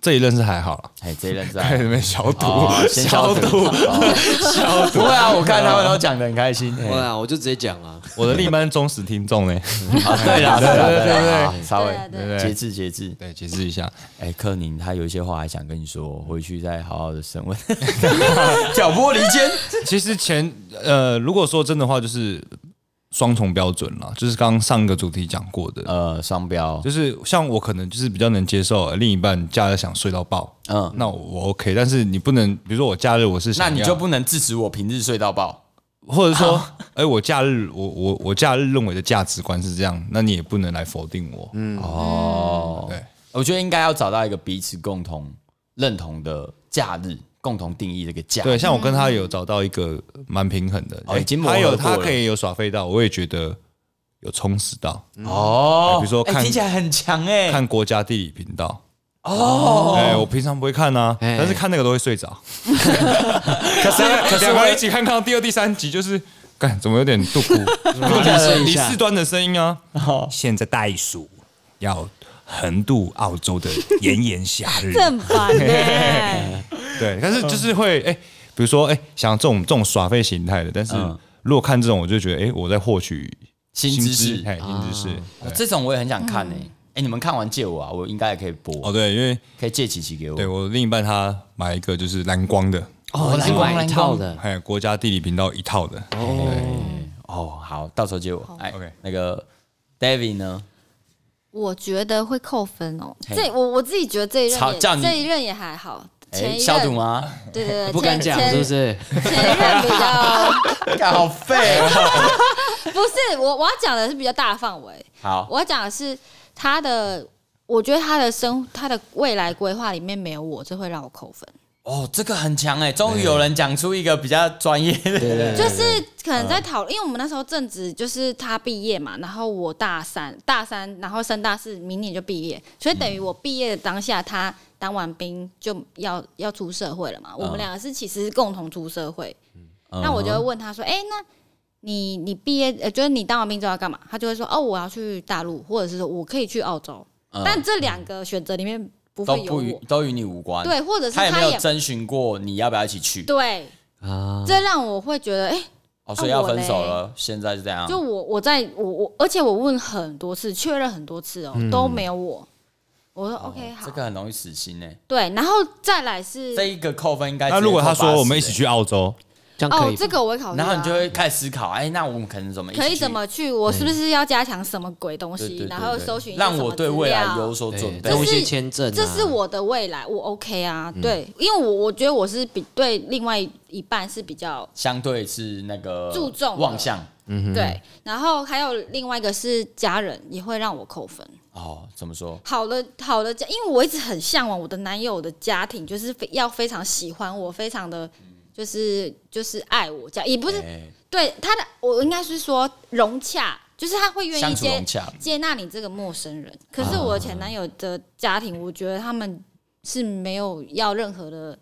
Speaker 4: 这一任是还好了，
Speaker 2: 哎，这一任
Speaker 4: 还
Speaker 2: 在
Speaker 4: 在那边消毒，
Speaker 2: 哦，先消毒，消毒。不会啊，我看他们都讲的很开心。
Speaker 1: 对啊，我就直接讲啊，
Speaker 4: 我的另一班忠实听众呢，
Speaker 2: 啊，对啦，对啦，
Speaker 4: 对对对
Speaker 2: 对，稍微
Speaker 3: 对啊对
Speaker 4: 对
Speaker 2: 节制节制。
Speaker 4: 对，解释一下，
Speaker 2: 哎，克宁他有一些话还想跟你说，回去再好好的审问， 挑拨离间。
Speaker 4: 其实前呃，如果说真的话，就是双重标准啦，就是刚刚上一个主题讲过的，
Speaker 2: 呃，双标，
Speaker 4: 就是像我可能就是比较能接受呃另一半假日想睡到爆，
Speaker 2: 嗯，
Speaker 4: 那我我 OK，但是你不能，比如说我假日我是想
Speaker 2: 那
Speaker 4: 要
Speaker 2: 你就不能制止我平日睡到爆。
Speaker 4: 或者 说，哎、我假日我我我假日认为的价值观是这样，那你也不能来否定我。嗯，
Speaker 2: 哦，
Speaker 4: 对，
Speaker 2: 我觉得应该要找到一个彼此共同认同的假日，共同定义这个假。
Speaker 4: 对，，像我跟他有找到一个蛮平衡的，哎
Speaker 2: 哦已经磨合
Speaker 4: 他有
Speaker 2: 过了
Speaker 4: 他可以有耍废到，我也觉得有充实到。
Speaker 2: 哦，
Speaker 4: 比如说
Speaker 2: 哎
Speaker 4: 看
Speaker 2: 听起来很强哎，
Speaker 4: 看国家地理频道。哦，哎，我平常不会看啊，
Speaker 1: 哎
Speaker 4: 但是看那个都会睡 着。
Speaker 2: 可是可是
Speaker 4: 两个人一
Speaker 2: 我
Speaker 4: 起看，看到第二、第三集就是，干怎么有点 肚哭？
Speaker 1: 睡
Speaker 4: 你
Speaker 1: 一下
Speaker 4: 四端的声音啊！现在袋鼠要横渡澳洲的炎炎夏日
Speaker 3: 这很 烦哎。
Speaker 4: 对，但是就是会哎、比如说哎、像这种这种耍废形态的，但是
Speaker 2: 嗯
Speaker 4: 如果看这种，我就觉得哎、我在获取
Speaker 2: 新知识
Speaker 4: 哎，新知识。
Speaker 2: 哦
Speaker 4: 对
Speaker 2: 这种我也很想看哎。
Speaker 3: 嗯
Speaker 2: 哎，你们看完借我啊，我应该也可以播，
Speaker 4: 哦，对，因为
Speaker 2: 可以借几集给我。
Speaker 4: 对我另一半他买一个就是蓝光的，
Speaker 1: 哦，
Speaker 2: 蓝
Speaker 1: 是
Speaker 2: 光
Speaker 1: 买一
Speaker 2: 蓝
Speaker 1: 套
Speaker 2: 光
Speaker 1: 的，
Speaker 4: 还有国家地理频道一套的。
Speaker 2: 哦，好，到时候借我。哎
Speaker 4: OK
Speaker 2: 那个 David 呢？
Speaker 3: 我觉得会扣分哦，
Speaker 2: 嘿
Speaker 3: 这我我自己觉得这一任
Speaker 2: 吵叫
Speaker 3: 也
Speaker 2: 你
Speaker 3: 这一任也还好，前
Speaker 2: 哎，
Speaker 3: 一
Speaker 2: 消毒
Speaker 3: 任
Speaker 2: 吗？
Speaker 3: 对对对，
Speaker 1: 不敢讲
Speaker 3: 前
Speaker 1: 是不？是？
Speaker 3: 前前一任比较
Speaker 2: 干好废 哦。
Speaker 3: 不是我我要讲的是比较大范围，
Speaker 2: 好，
Speaker 3: 我要讲的是他的，我觉得他的生他的未来规划里面没有我，这会让我扣分。
Speaker 2: 哦，这个很强哎，终于有人讲出一个比较专业的。
Speaker 1: 对对，
Speaker 3: 就是可能在
Speaker 2: 嗯
Speaker 3: 讨论，因为我们那时候正值就是他毕业嘛，然后我大三，大三，然后升大四，明年就毕业，所以等于我毕业的当下，他当完兵就要要出社会了嘛。
Speaker 2: 嗯
Speaker 3: 我们两个是其实是共同出社会，那我就会问他说：“哎、那你你毕业，呃，就是你当完兵之后要干嘛？”他就会说：“哦，我要去大陆，或者是说我可以去澳洲。
Speaker 2: 嗯
Speaker 3: 但这两个选择里面不
Speaker 2: 都
Speaker 3: 会有
Speaker 2: 不与
Speaker 3: 我，
Speaker 2: 都与你无关。
Speaker 3: 对，或者是
Speaker 2: 他也没有
Speaker 3: 也
Speaker 2: 征询过你要不要一起去。
Speaker 3: 对，
Speaker 2: 嗯
Speaker 1: 啊，
Speaker 3: 这让我会觉得哎。
Speaker 2: 哦，所以
Speaker 3: 啊
Speaker 2: 要
Speaker 3: 我
Speaker 2: 分手
Speaker 3: 嘞
Speaker 2: 了，现在是这样。
Speaker 3: 就我我在我我，而且我问很多次，确认很多次哦，都没有我。我说 OK
Speaker 2: 嗯哦
Speaker 3: 好
Speaker 2: 这，个很容易死心哎。
Speaker 3: 对，然后再来是
Speaker 2: 这一个扣分应该。
Speaker 4: 那如果他说我们一起
Speaker 2: 去。
Speaker 4: 去澳洲，
Speaker 1: 这样可
Speaker 3: 哦
Speaker 1: 以，
Speaker 3: 这
Speaker 1: 吧，
Speaker 3: 个我会考虑啊。
Speaker 2: 然后你就会开始思考，哎，那我们可能怎么一起
Speaker 3: 可以
Speaker 2: 去嗯
Speaker 3: 怎么去？我是不是要加强什么鬼东
Speaker 2: 对对
Speaker 3: 西
Speaker 2: 对？
Speaker 3: 然后
Speaker 2: 对
Speaker 3: 搜寻一些
Speaker 2: 让
Speaker 3: 什
Speaker 2: 我
Speaker 3: 么
Speaker 2: 对
Speaker 3: 资
Speaker 2: 未来
Speaker 3: 料
Speaker 2: 有所
Speaker 1: 对
Speaker 2: 准备
Speaker 3: 这。
Speaker 1: 弄一些
Speaker 3: 是
Speaker 1: 签证啊，
Speaker 3: 这是我的未来，我 OK 啊，
Speaker 2: 嗯
Speaker 3: 对，因为我我觉得我是比对另外一半是比较
Speaker 2: 相对是那个
Speaker 3: 注重的
Speaker 2: 望向
Speaker 3: 对，然后还有另外一个是家人也会让我扣分。
Speaker 2: 哦，怎么说？
Speaker 3: 好的，好的家，因为我一直很向往我的男友的家庭，就是非要非常喜欢我，非常的就是就是爱我这样，也不是、
Speaker 2: 哎
Speaker 3: 对他的，我应该是说融洽，就是他会愿
Speaker 2: 相
Speaker 3: 意
Speaker 2: 处
Speaker 3: 接
Speaker 2: 融洽，
Speaker 3: 接纳你这个陌生人。可是我的前男友的家庭，我觉得他们是没有要任何的，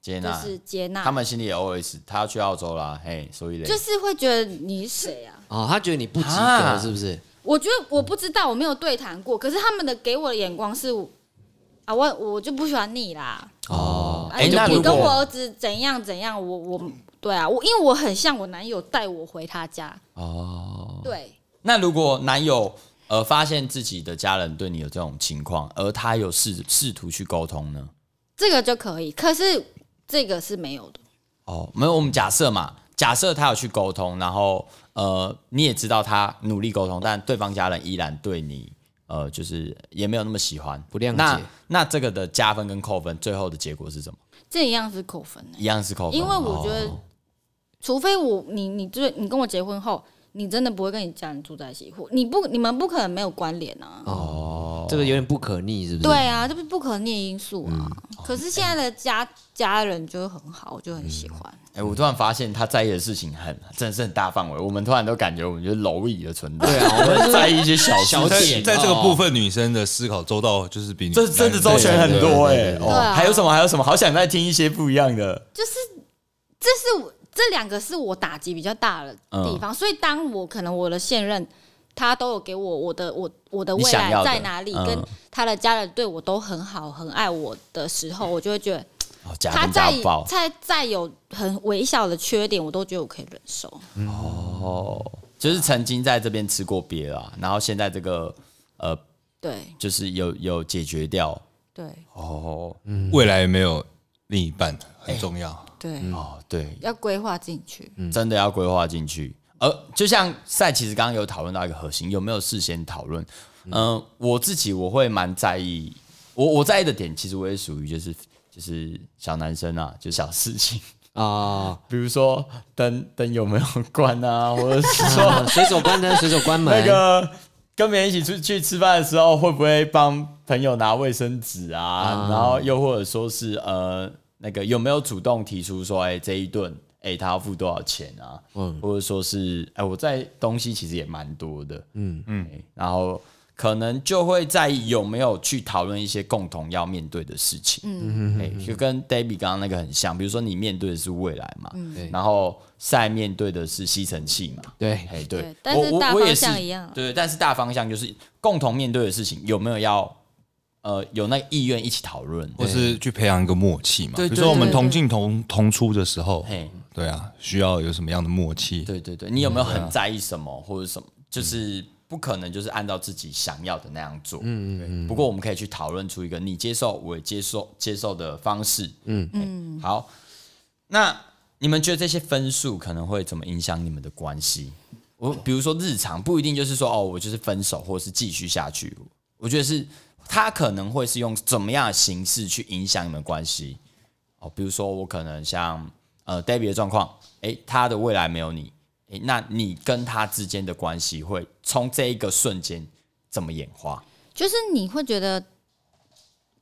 Speaker 2: 接
Speaker 3: 就
Speaker 2: 纳。
Speaker 3: 是接纳，
Speaker 2: 他们心里也 OS，他要去澳洲啦，嘿，所以嘞，
Speaker 3: 就是会觉得你是谁啊？
Speaker 1: 哦，他觉得你不及
Speaker 2: 啊
Speaker 1: 格是不是？
Speaker 3: 我觉得我不知道，我没有对谈过，可是他们的给我的眼光是。啊，我我就不喜欢你啦，
Speaker 1: 哦，
Speaker 3: 哎、
Speaker 2: 哎那
Speaker 3: 你
Speaker 2: 如
Speaker 3: 跟
Speaker 2: 果
Speaker 3: 我儿子怎样怎样，我我对啊，我因为我很像我男友带我回他家，
Speaker 2: 哦，
Speaker 3: 对，
Speaker 2: 那如果男友呃发现自己的家人对你有这种情况，而他有试试图去沟通呢？
Speaker 3: 这个就可以。可是这个是没有的，
Speaker 2: 哦，没有，我们假设嘛，假设他有去沟通，然后呃，你也知道他努力沟通，但对方家人依然对你，呃，就是也没有那么喜欢，
Speaker 1: 不谅解
Speaker 2: 那那这个的加分跟扣分，最后的结果是什么？
Speaker 3: 这一样是扣分的、
Speaker 2: 一样是扣分。
Speaker 3: 因为我觉得，
Speaker 2: 哦
Speaker 3: 除非我你你最你跟我结婚后，你真的不会跟你家人住在一起，或你不你们不可能没有关联啊。
Speaker 1: 哦，这个有点不可逆，
Speaker 2: 嗯
Speaker 1: 是不是？
Speaker 3: 对，啊，这不是不可逆的因素啊。可是现在的家家人就很好，我就很喜欢。
Speaker 2: 哎、我突然发现他在意的事情很真的是很大范围，我们突然都感觉我们就是蝼蚁的存在，
Speaker 1: 对 啊，我们
Speaker 2: 在意一些小事
Speaker 1: 小
Speaker 2: 情
Speaker 1: 点
Speaker 4: 在在这个部分，女生的思考周到就是比你
Speaker 2: 哦这真的周全很多哎、
Speaker 1: 对对对对
Speaker 2: 哦、
Speaker 3: 对啊
Speaker 2: 还有什么？还有什么？好想再听一些不一样的。
Speaker 3: 这是我这两个是我打击比较大的地
Speaker 2: 嗯
Speaker 3: 方，所以当我可能我的现任他都有给我我的我我的
Speaker 2: 你
Speaker 3: 未
Speaker 2: 想
Speaker 3: 来
Speaker 2: 要的
Speaker 3: 在哪里，
Speaker 2: 嗯
Speaker 3: 跟他的家人对我都很好很爱我的时候，我就会觉得
Speaker 2: 哦，加
Speaker 3: 他
Speaker 2: 分加
Speaker 3: 再
Speaker 2: 爆
Speaker 3: 再再有很微小的缺点，我都觉得我可以忍受。
Speaker 2: 哦，就是曾经在这边吃过鳖啦，然后现在这个呃，
Speaker 3: 对
Speaker 2: 就是有有解决掉
Speaker 3: 对
Speaker 2: 哦、
Speaker 4: 未来有没有另一半
Speaker 2: 哎
Speaker 4: 很重要。
Speaker 3: 对，
Speaker 2: 哦，对，
Speaker 3: 要规划进去。
Speaker 2: 真的要规划进去。而就像赛，其实刚刚有讨论到一个核心，有没有事先讨论？嗯、我自己我会蛮在意，我我在意的点，其实我也属于就是就是小男生啊，就小事情，
Speaker 1: 啊，
Speaker 2: 比如说灯灯有没有关啊，或者是说
Speaker 1: 啊随手关 灯，随手关门
Speaker 2: 那，个跟别人一起出去吃饭的时候，会不会帮朋友拿卫生纸啊？然后又或者说是呃，那个有没有主动提出说，哎、这一顿，哎、他要付多少钱啊？
Speaker 1: 嗯
Speaker 2: 或者说是，哎、我在东西其实也蛮多的，嗯嗯、然后可能就会在意有没有去讨论一些共同要面对的事情，嗯嗯就跟 David 刚刚那个很像，比如说你面对的是未来嘛，
Speaker 1: 对
Speaker 2: 然后赛面对的是吸尘器嘛，
Speaker 1: 对，
Speaker 2: 哎，对
Speaker 3: 对，但是
Speaker 2: 我
Speaker 3: 大
Speaker 2: 我我也
Speaker 3: 方
Speaker 2: 是
Speaker 3: 向一样啊
Speaker 2: 对，但是大方向就是共同面对的事情有没有要呃有那个意愿一起讨论，
Speaker 4: 或是去培养一个默契嘛，比
Speaker 2: 对
Speaker 4: 如说我们
Speaker 3: 对对
Speaker 4: 同进同同出的时候，
Speaker 2: 嘿，
Speaker 4: 对啊，需要有什么样的默契？
Speaker 2: 对对嗯对，你啊嗯有没有很在意什么或者什么？就是不可能就是按照自己想要的那样做，嗯嗯。不过我们可以去讨论出一个你接受我也接受接受的方式，嗯嗯。好，那你们觉得这些分数可能会怎么影响你们的关系？我比如说日常不一定就是说哦，我就是分手或是继续下去，我觉得是他可能会是用怎么样的形式去影响你们关系哦，比如说我可能像呃 David 的状况，诶，他的未来没有你，诶，那你跟他之间的关系会从这一个瞬间怎么演化？
Speaker 3: 就是你会觉得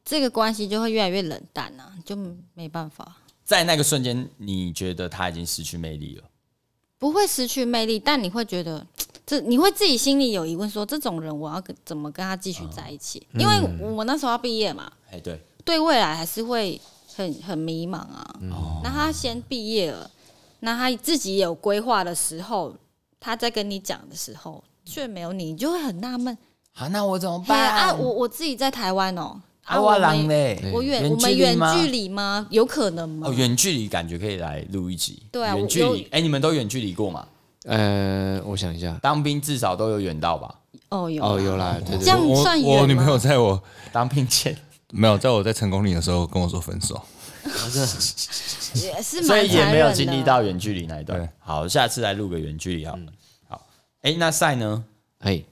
Speaker 3: 这个关系就会越来越冷淡啊，就没办法，
Speaker 2: 在那个瞬间，你觉得他已经失去魅力了？
Speaker 3: 不会失去魅力，但你会觉得这你会自己心里有疑问说这种人我要跟怎么跟他继续在一起？因为我那时候要毕业嘛，
Speaker 2: 哎，对，
Speaker 3: 对未来还是会很很迷茫啊。那他先毕业了，那他自己有规划的时候，他在跟你讲的时候却没有你，你就会很纳闷。
Speaker 2: 啊，那我怎么
Speaker 3: 哎
Speaker 2: 办？啊
Speaker 3: 啊，我我自己在台湾哦、
Speaker 2: 阿
Speaker 3: 我
Speaker 2: 瓦郎
Speaker 3: 们
Speaker 2: 嘞，
Speaker 3: 我远
Speaker 2: 远
Speaker 3: 我们
Speaker 2: 距离
Speaker 3: 远
Speaker 2: 吗
Speaker 3: 距离吗？有可能吗
Speaker 2: 哦，？远距离感觉可以来录一集。
Speaker 3: 对啊
Speaker 2: 远
Speaker 3: 我
Speaker 2: 距离
Speaker 3: 有，
Speaker 2: 哎，你们都远距离过嘛？
Speaker 1: 呃，我想一下，
Speaker 2: 当兵至少都有远到吧？
Speaker 3: 哦，有
Speaker 1: 哦，
Speaker 3: 啊
Speaker 1: 有啦，对
Speaker 3: 这样
Speaker 1: 对，
Speaker 4: 我
Speaker 3: 算远
Speaker 4: 我
Speaker 3: 吗
Speaker 4: 女朋友在我
Speaker 2: 当兵前，
Speaker 4: 没有在我在成功岭的时候跟我说分手，
Speaker 3: 也是 蛮
Speaker 2: 所以也没有
Speaker 3: 残忍的
Speaker 2: 经历到远距离那一段
Speaker 4: 对。
Speaker 2: 好，下次来录个远距离好了。好，哎，那赛呢？
Speaker 1: 哎，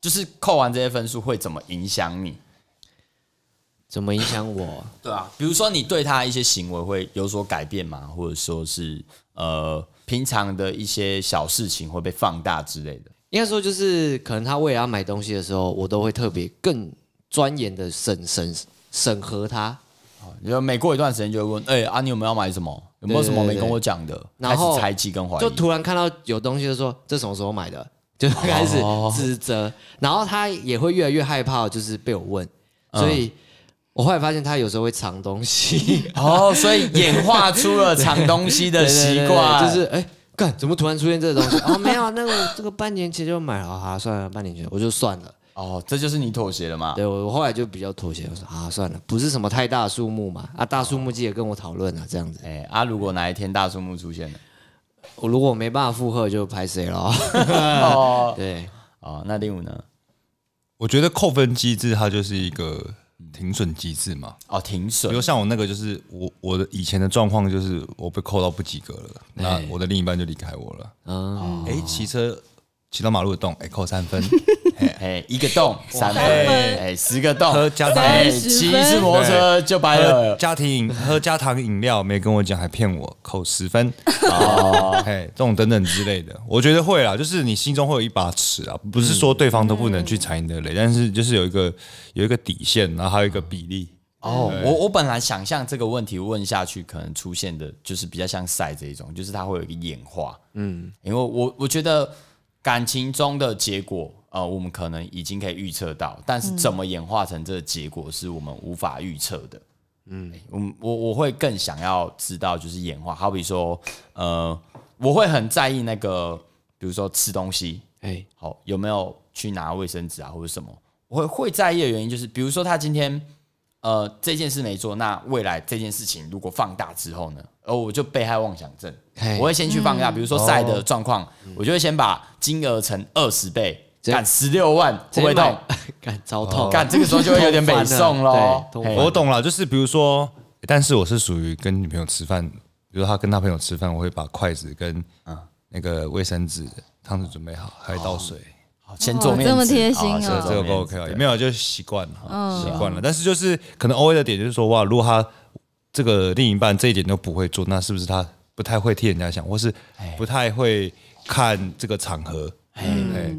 Speaker 2: 就是扣完这些分数会怎么影响你？
Speaker 1: 怎么影响我？
Speaker 2: 对啊，比如说你对他一些行为会有所改变吗？或者说是呃，平常的一些小事情会被放大之类的？
Speaker 1: 应该说就是，可能他为了要买东西的时候，我都会特别更钻研的审审审核他，
Speaker 2: 哦你就每过一段时间就会问，哎、啊，你有没有要买什么？有没有什么没跟我讲的？
Speaker 1: 然后
Speaker 2: 开始猜忌跟怀疑。
Speaker 1: 就突然看到有东西就说这什么时候买的， 就开始
Speaker 2: 哦
Speaker 1: 指责，然后他也会越来越害怕，就是被我问，
Speaker 2: 嗯
Speaker 1: 所以我后来发现他有时候会藏东西
Speaker 2: 哦，所以演化出了藏东西的习惯，
Speaker 1: 对对对对就是哎。干，怎么突然出现这个东 西？哦，没有，那个我这个半年前就买了，啊，好算了，半年前我就算了。
Speaker 2: 哦，这就是你妥协了嘛？
Speaker 1: 对我我后来就比较妥协，我说啊，算了，不是什么太大的数目嘛，
Speaker 2: 哦
Speaker 1: 啊，大数目记得跟我讨论啊，这样子。
Speaker 2: 哎、啊，如果哪一天大树木出现了，
Speaker 1: 我如果没办法负荷，就拍谁咯。
Speaker 2: 哦，
Speaker 1: 对，
Speaker 2: 哦，那第五呢？
Speaker 4: 我觉得扣分机制它就是一个停损机制嘛。
Speaker 2: 哦，停
Speaker 4: 比
Speaker 2: 水
Speaker 4: 如像我那个，就是我我的以前的状况，就是我被扣到不及格了，那我的另一半就离开我了。
Speaker 1: 啊，
Speaker 2: 哦
Speaker 4: 哎、骑车骑到马路的洞，哎、扣三分，
Speaker 2: 哎，一个洞三分，
Speaker 3: 分
Speaker 2: 哎，十个洞，
Speaker 4: 喝加糖，
Speaker 2: 哎，
Speaker 3: 十分
Speaker 2: 骑一次摩托车就掰
Speaker 4: 喝
Speaker 2: 了。
Speaker 4: 加糖饮喝加糖饮料，没跟我讲还骗我，扣十分。哦， 嘿，这种等等之类的，我觉得会啦，就是你心中会有一把尺啊，不是说对方都不能去踩你的雷，但是就是有一个有一个底线，然后还有一个比例。
Speaker 2: 哦，我我本来想象这个问题问下去，可能出现的就是比较像赛这一种，就是它会有一个演化。嗯，因为我我觉得感情中的结果，呃，我们可能已经可以预测到，但是怎么演化成这个结果，是我们无法预测的。嗯，我我我会更想要知道，就是演化，好比说，呃，我会很在意那个，比如说吃东西，
Speaker 1: 哎，
Speaker 2: 好有没有去拿卫生纸啊或者什么，我会会在意的原因就是，比如说他今天呃这件事没做，那未来这件事情如果放大之后呢，而我就被害妄想症
Speaker 1: 嘿，
Speaker 2: 我会先去放
Speaker 1: 嗯
Speaker 2: 大，比如说赛
Speaker 1: 哦
Speaker 2: 的状况，我就会先把金额乘二十倍，
Speaker 1: 直接
Speaker 2: 干十六万会不
Speaker 1: 直
Speaker 2: 会
Speaker 1: 接买
Speaker 2: 痛？，
Speaker 1: 干超痛，
Speaker 2: 干这个时候就会有点北宋喽。
Speaker 1: 痛哦 翻了对痛
Speaker 2: 嘿
Speaker 1: 翻
Speaker 4: 我懂了，就是比如说，但是我是属于跟女朋友吃饭，比如她跟她朋友吃饭，我会把筷子跟那个卫生纸、汤匙准备好，还有倒水，
Speaker 2: 好先做
Speaker 3: 哇
Speaker 2: 面子，
Speaker 3: 这么贴心
Speaker 2: 好先
Speaker 3: 哦
Speaker 2: 做
Speaker 4: 这个
Speaker 2: 面
Speaker 4: 够
Speaker 2: 子
Speaker 4: OK 了，
Speaker 2: 对
Speaker 4: 没有就习惯了，习惯了。但是啊就是可能 O A 的点就是说，哇，如果他这个另一半这一点都不会做，那是不是他不太会替人家想，或是不太会看这个场合？哎，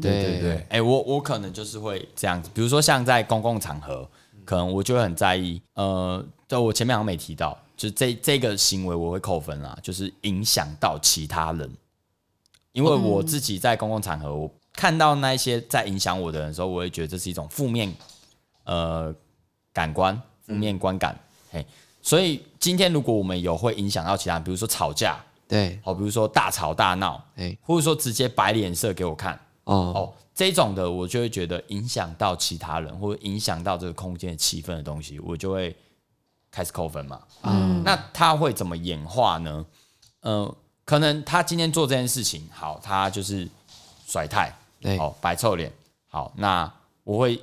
Speaker 1: 对
Speaker 4: 对对，
Speaker 2: 哎、我我可能就是会这样子，比如说像在公共场合，可能我就会很在意，呃，对我前面好像没提到，就是这这个行为我会扣分啦，就是影响到其他人，因为我自己在公共场合，我看到那一些在影响我的人的时候，我会觉得这是一种负面，呃，感官负面观感，嘿，所以今天如果我们有会影响到其他人，比如说吵架，
Speaker 1: 对，
Speaker 2: 好，比如说大吵大闹，
Speaker 1: 哎，
Speaker 2: 或者说直接摆脸色给我看。
Speaker 1: 哦，
Speaker 2: 哦，这种的我就会觉得影响到其他人，或者影响到这个空间的气氛的东西，我就会开始扣分嘛。嗯，那他会怎么演化呢？呃，可能他今天做这件事情，好，他就是甩态，
Speaker 1: 对，
Speaker 2: 好、摆臭脸，好，那我会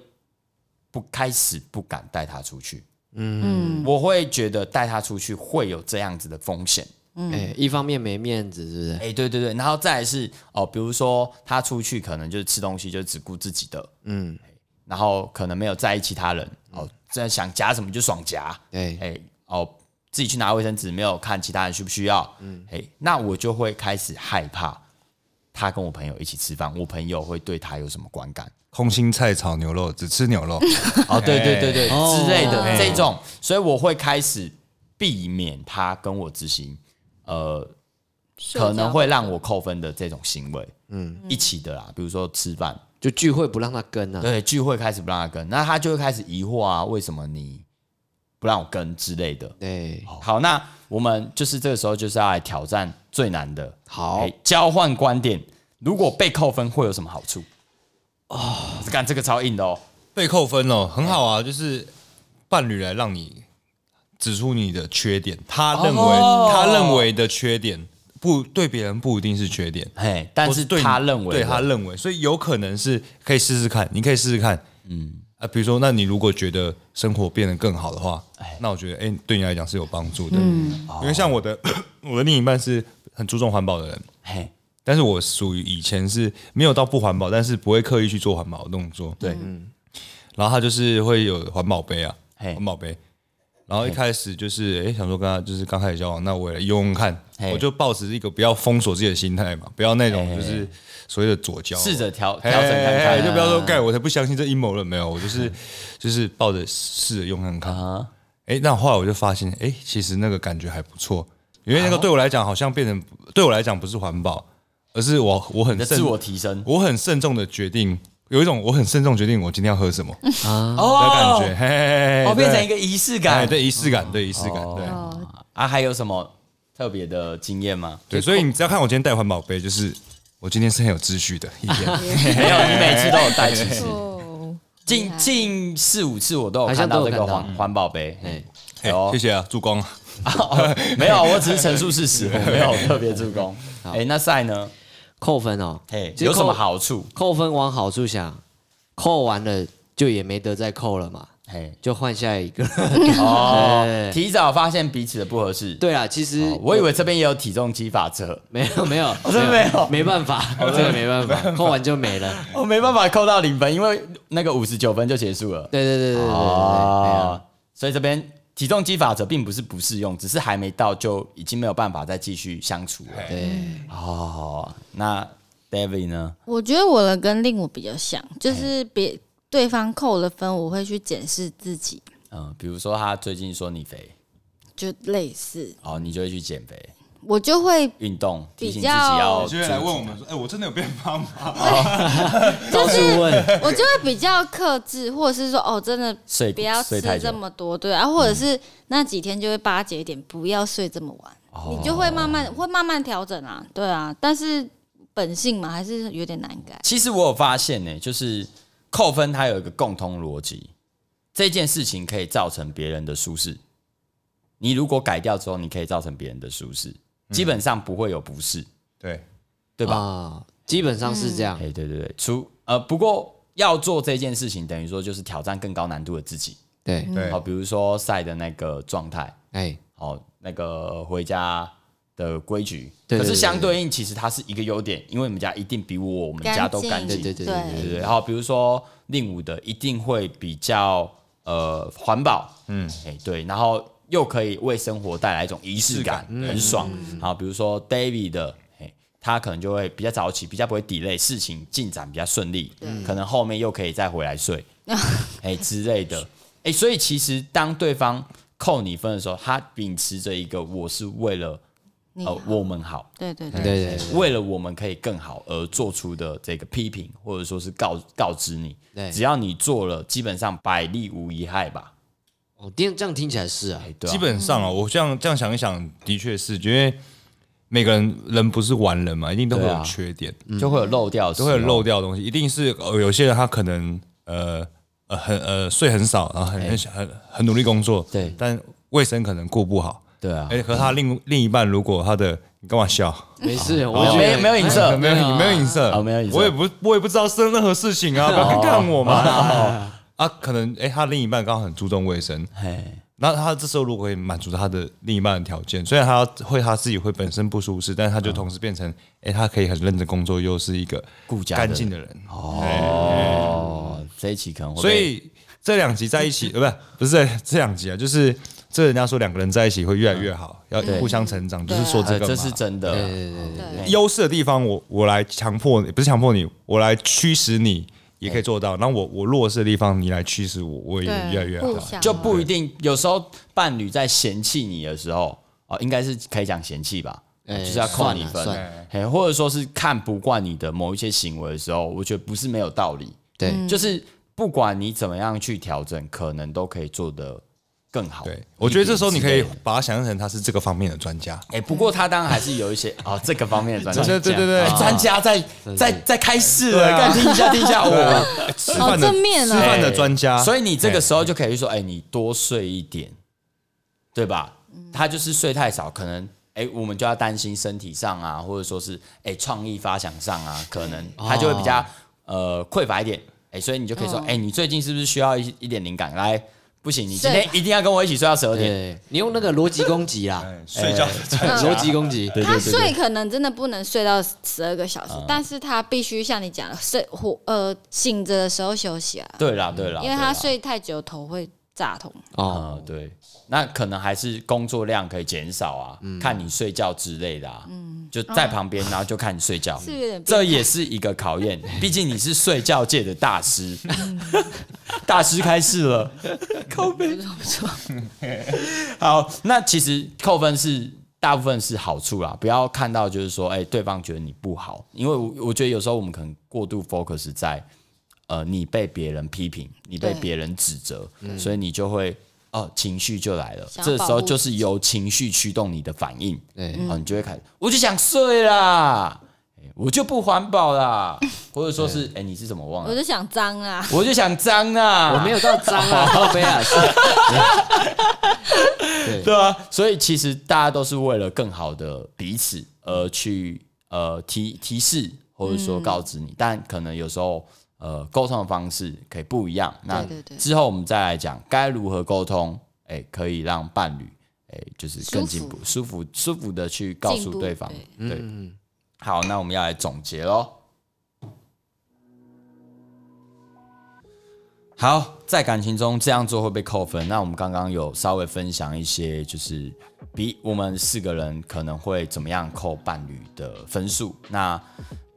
Speaker 2: 不开始不敢带他出去，
Speaker 3: 嗯，
Speaker 2: 我会觉得带他出去会有这样子的风险。
Speaker 1: 哎，一方面没面子，是不
Speaker 2: 哎、对对对，然后再来是哦，比如说他出去可能就是吃东西，就只顾自己的，嗯，然后可能没有在意其他人，哦，这想夹什么就爽夹，
Speaker 1: 是？
Speaker 2: 哎、
Speaker 1: 对，
Speaker 2: 哦，自己去拿卫生纸，没有看其他人需不需要，嗯，哎、那我就会开始害怕，他跟我朋友一起吃饭，我朋友会对他有什么观 感？
Speaker 4: 空心菜炒牛肉，只吃牛肉。
Speaker 2: 哦，对对对对，
Speaker 1: 哦
Speaker 2: 之类的、
Speaker 4: 哎
Speaker 2: 这种，所以我会开始避免他跟我执行，呃，可能会让我扣分的这种行为，嗯，一起的啦，比如说吃饭，
Speaker 1: 就聚会不让他跟
Speaker 4: 嗯
Speaker 1: 啊，
Speaker 2: 对，聚会开始不让他跟，那他就会开始疑惑啊，为什么你不让我跟之类的。
Speaker 1: 对，
Speaker 4: 哦
Speaker 2: 好，那我们就是这个时候就是要来挑战最难的，
Speaker 1: 好
Speaker 2: 哎，交换观点，如果被扣分会有什么好处？哦，干这个超硬的哦，
Speaker 4: 被扣分哦，很好啊，就是伴侣来让你指出你的缺点，他认为、
Speaker 2: 哦
Speaker 4: 他认为的缺点不对别人不一定是缺点，
Speaker 2: 嘿，但
Speaker 4: 或
Speaker 2: 是
Speaker 4: 对你
Speaker 2: 他认为
Speaker 4: 对
Speaker 2: 的
Speaker 4: 他认为，所以有可能是可以试试看，你可以试试看，嗯啊，比如说，那你如果觉得生活变得更好的话，那我觉得哎、对你来讲是有帮助的，
Speaker 2: 哦
Speaker 4: 因为像我的 我的另一半是很注重环保的人，
Speaker 2: 嘿，
Speaker 4: 但是我属于以前是没有到不环保，但是不会刻意去做环保的动作。对，然后他就是会有环保杯啊，
Speaker 2: 嘿
Speaker 4: 环保杯。然后一开始就是哎想说跟他就是刚开始交往，那我也来用用看
Speaker 2: 嘿，
Speaker 4: 我就抱持一个不要封锁自己的心态嘛，不要那种就是所谓的左交，啊
Speaker 2: 试着调
Speaker 4: 嘿
Speaker 2: 调整看啊
Speaker 4: 嘿
Speaker 2: 看，
Speaker 4: 就不要说盖，我才不相信这阴谋论没有，我就是就是抱着试着用看看。
Speaker 2: 啊，
Speaker 4: 哎，那后来我就发现，哎，其实那个感觉还不错，因为那个对我来讲好像变成对我来讲不是环保，而是我我很
Speaker 2: 你的
Speaker 4: 慎
Speaker 2: 自我提升
Speaker 4: 我很慎重的决定，有一种我很慎重决定我今天要喝什么嗯的感
Speaker 2: 哦
Speaker 4: 觉，嘿嘿嘿嘿
Speaker 2: 哦，
Speaker 4: 对
Speaker 2: 变成一个仪式
Speaker 4: 哎
Speaker 2: 感。
Speaker 4: 对仪式感，对仪式感，对
Speaker 3: 哦
Speaker 2: 啊，还有什么特别的经验吗？
Speaker 4: 对，所以你只要看我今天带环保杯，就是我今天是很有秩序的一天，
Speaker 2: 没有，你每次都有带，其 实
Speaker 3: 哦，厉
Speaker 2: 近
Speaker 3: 害
Speaker 2: 近四五次我都有
Speaker 1: 好
Speaker 2: 看
Speaker 1: 像都
Speaker 2: 到
Speaker 1: 有
Speaker 2: 这个
Speaker 1: 看到
Speaker 2: 环环保杯。嗯
Speaker 4: 哎
Speaker 2: 有
Speaker 4: 谢谢啊，助攻啊。
Speaker 2: 没有，啊我只是陈述事实， 我没有特别助攻。哎，那赛呢？
Speaker 1: 扣分哦
Speaker 2: 哎，，
Speaker 1: 其实
Speaker 2: 有什么
Speaker 1: 扣？
Speaker 2: 好处？
Speaker 1: 扣分往好处想，扣完了就也没得再扣了嘛，
Speaker 2: 嘿，
Speaker 1: 就换下一个。
Speaker 2: 哦，提早发现彼此的不合适。
Speaker 1: 对啊，其实
Speaker 2: 哦，我以为这边也有体重机法则，
Speaker 1: 没有没有，
Speaker 2: 真的没有
Speaker 1: 没办法，真的没办法，扣完就没了。
Speaker 2: 我哦没办法扣到零分，因为那个五十九分就结束了。
Speaker 1: 对对对对对对对哎呀
Speaker 2: 哦，所以这边体重机法则并不是不适用，只是还没到就已经没有办法再继续相处了。
Speaker 1: 对，
Speaker 2: 哦，那 David 呢？
Speaker 3: 我觉得我的跟令我比较像，
Speaker 2: 哎
Speaker 3: 就是别对方扣了分，我会去检视自己，
Speaker 2: 嗯，比如说他最近说你肥，
Speaker 3: 就类似，
Speaker 2: 哦，你就会去减肥、
Speaker 3: 我就会
Speaker 2: 运动，提醒自己
Speaker 3: 比较
Speaker 2: 要。
Speaker 4: 我觉得来问我们说，哎，我真的有变胖吗？
Speaker 1: 到处问，
Speaker 3: 我就会比较克制，或者是说哦，真的
Speaker 2: 睡
Speaker 3: 不要
Speaker 2: 睡
Speaker 3: 吃
Speaker 2: 太久嗯
Speaker 3: 这么多，对啊，或者是那几天就会巴结一点，不要睡这么晚，
Speaker 2: 哦
Speaker 3: 你就会慢慢会慢慢调整啊，对啊，但是本性嘛还是有点难改，
Speaker 2: 其实我有发现呢、就是扣分它有一个共通逻辑，这件事情可以造成别人的舒适。你如果改掉之后，你可以造成别人的舒适，
Speaker 4: 嗯
Speaker 2: 基本上不会有不适，
Speaker 4: 对，
Speaker 2: 对吧？
Speaker 1: 吧？基本上是这样
Speaker 2: 哎、。对对对，除呃，不过要做这件事情，等于说就是挑战更高难度的自己。哦
Speaker 1: 对，
Speaker 4: 对
Speaker 2: 好，比如说赛的那个状态，
Speaker 1: 哎，
Speaker 2: 好，那个回家的规矩。
Speaker 1: 对对
Speaker 2: 可
Speaker 1: 对
Speaker 2: 是相对应，其实它是一个优点，因为你们家一定比我我们家都干净。
Speaker 1: 净对对对
Speaker 2: 对对对，然后比如说令武的一定会比较呃环保，嗯，哎、对，然后又可以为生活带来一种仪式感，很爽。好，比如说 David 的，哎、他可能就会比较早起，比较不会 delay，事情进展比较顺利，可能后面又可以再回来睡，哎、之类的，哎、所以其实当对方扣你分的时候，他秉持着一个我是为了
Speaker 3: 你
Speaker 2: 呃我们好，
Speaker 3: 对对
Speaker 1: 对
Speaker 3: 对，
Speaker 1: 对对
Speaker 2: 为了我们可以更好而做出的这个批评，或者说是告告知你
Speaker 1: 对，
Speaker 2: 只要你做了，基本上百利无一害吧。
Speaker 1: 哦，这样这样听起来是啊
Speaker 2: 哎，，对啊、
Speaker 4: 基本上啊，我这样这样想一想，的确是，因为每个人人不是完人嘛，一定都会
Speaker 2: 对啊
Speaker 4: 有缺点，
Speaker 2: 就会有漏掉的啊时
Speaker 4: 都
Speaker 2: 候，
Speaker 4: 会有漏掉的东西，一定是呃有些人他可能呃呃很呃睡很少，然后很很很很努力工作，
Speaker 2: 对
Speaker 4: 但卫生可能顾不好。
Speaker 2: 对啊，
Speaker 4: 哎，和他另另一半，如果他的你干嘛笑？
Speaker 1: 没事，我
Speaker 2: 哦
Speaker 1: 觉
Speaker 2: 没
Speaker 1: 得
Speaker 2: 没有影射
Speaker 4: 没有影没有影
Speaker 2: 啊
Speaker 4: 射，
Speaker 2: 没有影射哦
Speaker 4: 我也不我也不知道是任何事情啊，不要看我嘛。啊， 可能哎，他另一半刚好很注重卫生，
Speaker 2: 哎，
Speaker 4: 那他这时候如果可以满足他的另一半的条件，虽然他会他自己会本身不舒适，但是他就同时变成，哎、他可以很认真工作，又是一个
Speaker 2: 哦顾家的人
Speaker 4: 干净的人。
Speaker 2: 哦，这一期可能会被，
Speaker 4: 所以这两集在 一起，呃，不是不是这两集啊，就是这人家说两个人在一起会越来越好，要互相成长，就是说这
Speaker 2: 呃
Speaker 4: 个嘛。
Speaker 2: 这是真的，
Speaker 3: 哎
Speaker 4: 优势的地方我，我来强迫你，不是强迫你，我来驱使你也可以做到。那我我弱势的地方，你来驱使我，我也
Speaker 3: 对
Speaker 4: 越来越好
Speaker 3: 互。相
Speaker 2: 就不一定。有时候伴侣在嫌弃你的时候，哦，应该是可以讲嫌弃吧，
Speaker 1: 哎
Speaker 2: 就是要扣你分
Speaker 1: 算了算，
Speaker 2: 哎，或者说是看不惯你的某一些行为的时候，我觉得不是没有道理。
Speaker 1: 对
Speaker 2: 就是不管你怎么样去调整，可能都可以做得更好。
Speaker 4: 对，我觉得这时候你可
Speaker 2: 一
Speaker 4: 以
Speaker 2: 点之类的。
Speaker 4: 把他想象成他是这个方面的专家。
Speaker 2: 哎、不过他当然还是有一 些啊、这个方面的专家，
Speaker 4: 对对对对
Speaker 3: 哦
Speaker 2: 哎专家在在在开示了，
Speaker 4: 啊
Speaker 2: 干听一下听一下哦我，
Speaker 4: 吃
Speaker 3: 好
Speaker 4: 饭的
Speaker 3: 正面
Speaker 4: 吃
Speaker 3: 哦
Speaker 4: 饭的专家，
Speaker 2: 哎所以你这个时候就可以说，哎、你多睡一点，对吧？他就是睡太少，可能哎、我们就要担心身体上啊，或者说是哎、创意发想上啊，可能
Speaker 3: 哦
Speaker 2: 他就会比较、呃匮乏一点，哎、所以你就可以说，哎、你最近是不是需要一一点灵感？来，不行，你今天
Speaker 3: 睡吧
Speaker 2: 一定要跟我一起睡到十二点。
Speaker 1: 对，你用那个逻辑攻击啦，
Speaker 4: 哎睡觉的专家
Speaker 1: 逻辑攻击，
Speaker 3: 他睡可能真的不能睡到十二个小
Speaker 2: 啊
Speaker 3: 时，但是他必须像你讲的睡活呃醒着的时候休息啊，
Speaker 2: 对啦，对啦，
Speaker 3: 因为他
Speaker 2: 对啦
Speaker 3: 睡太久头会炸痛。
Speaker 1: 哦，
Speaker 2: 嗯，对，那可能还是工作量可以减少啊，
Speaker 3: 嗯
Speaker 2: 看你睡觉之类的啊，就在旁边，然后就看你睡觉，
Speaker 3: 嗯是有点变态
Speaker 2: 这也是一个考验，毕竟你是睡觉界的大 师，大师开始了，扣分，好，那其实扣分是大部分是好处啦，不要看到就是说，哎、对方觉得你不好，因为我我觉得有时候我们可能过度 focus 在，呃，你被别人批评，你被
Speaker 3: 对
Speaker 2: 别人指责，
Speaker 1: 嗯
Speaker 2: 所以你就会哦，情绪就来了。
Speaker 3: 想要
Speaker 2: 这时
Speaker 3: 保
Speaker 2: 候
Speaker 3: 护
Speaker 2: 就是由情绪驱动你的反应，
Speaker 1: 对
Speaker 2: 哦，
Speaker 3: 嗯
Speaker 2: 你就会开始，我就想睡啦，哎我就不环保啦，或者说是，哎、你是怎么忘
Speaker 3: 我
Speaker 2: 了？
Speaker 3: 就想脏啊，
Speaker 2: 我就想脏啊，
Speaker 1: 我没有到脏啊，靠背啊，是
Speaker 2: 对啊，所以其实大家都是为了更好的彼此
Speaker 3: 嗯
Speaker 2: 而去呃提提示，或者说告知你，但可能有时候呃沟通的方式可以不一样。那
Speaker 3: 对对对
Speaker 2: 之后我们再来讲该如何沟通，哎、可以让伴侣哎、就是更进步、舒服、舒服的去告
Speaker 3: 进
Speaker 2: 诉
Speaker 3: 步
Speaker 2: 对方。对，
Speaker 1: 嗯，
Speaker 2: 好，那我们要来总结喽。好，在感情中这样做会被扣分。那我们刚刚有稍微分享一些，就是比我们四个人可能会怎么样扣伴侣的分数。那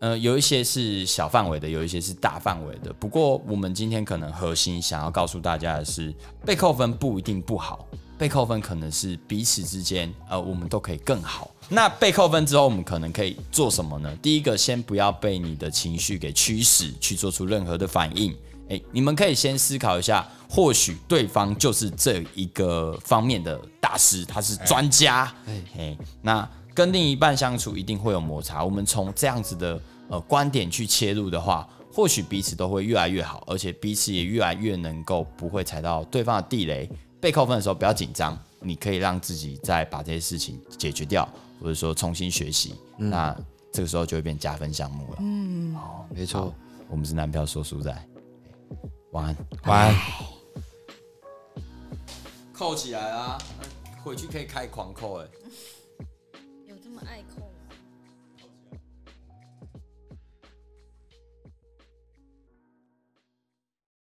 Speaker 2: 呃，有一些是小范围的，有一些是大范围的。不过我们今天可能核心想要告诉大家的是，被扣分不一定不好，被扣分可能是彼此之间，呃，我们都可以更好。那被扣分之后，我们可能可以做什么呢？第一个，先不要被你的情绪给驱使去做出任何的反应。诶，哎你们可以先思考一下，或许对方就是这一个方面的大师，他是专家。诶，那跟另一半相处一定会有摩擦，我们从这样子的呃观点去切入的话，或许彼此都会越来越好，而且彼此也越来越能够不会踩到对方的地雷。被扣分的时候不要紧张，你可以让自己再把这些事情解决掉，或者说重新学习，那这个时候就会变加分项目了。
Speaker 1: 没错。
Speaker 2: 我们是男票说书仔，哎晚安。
Speaker 4: 晚安。
Speaker 2: 扣起来啊，回去可以开狂扣哎、
Speaker 4: 啊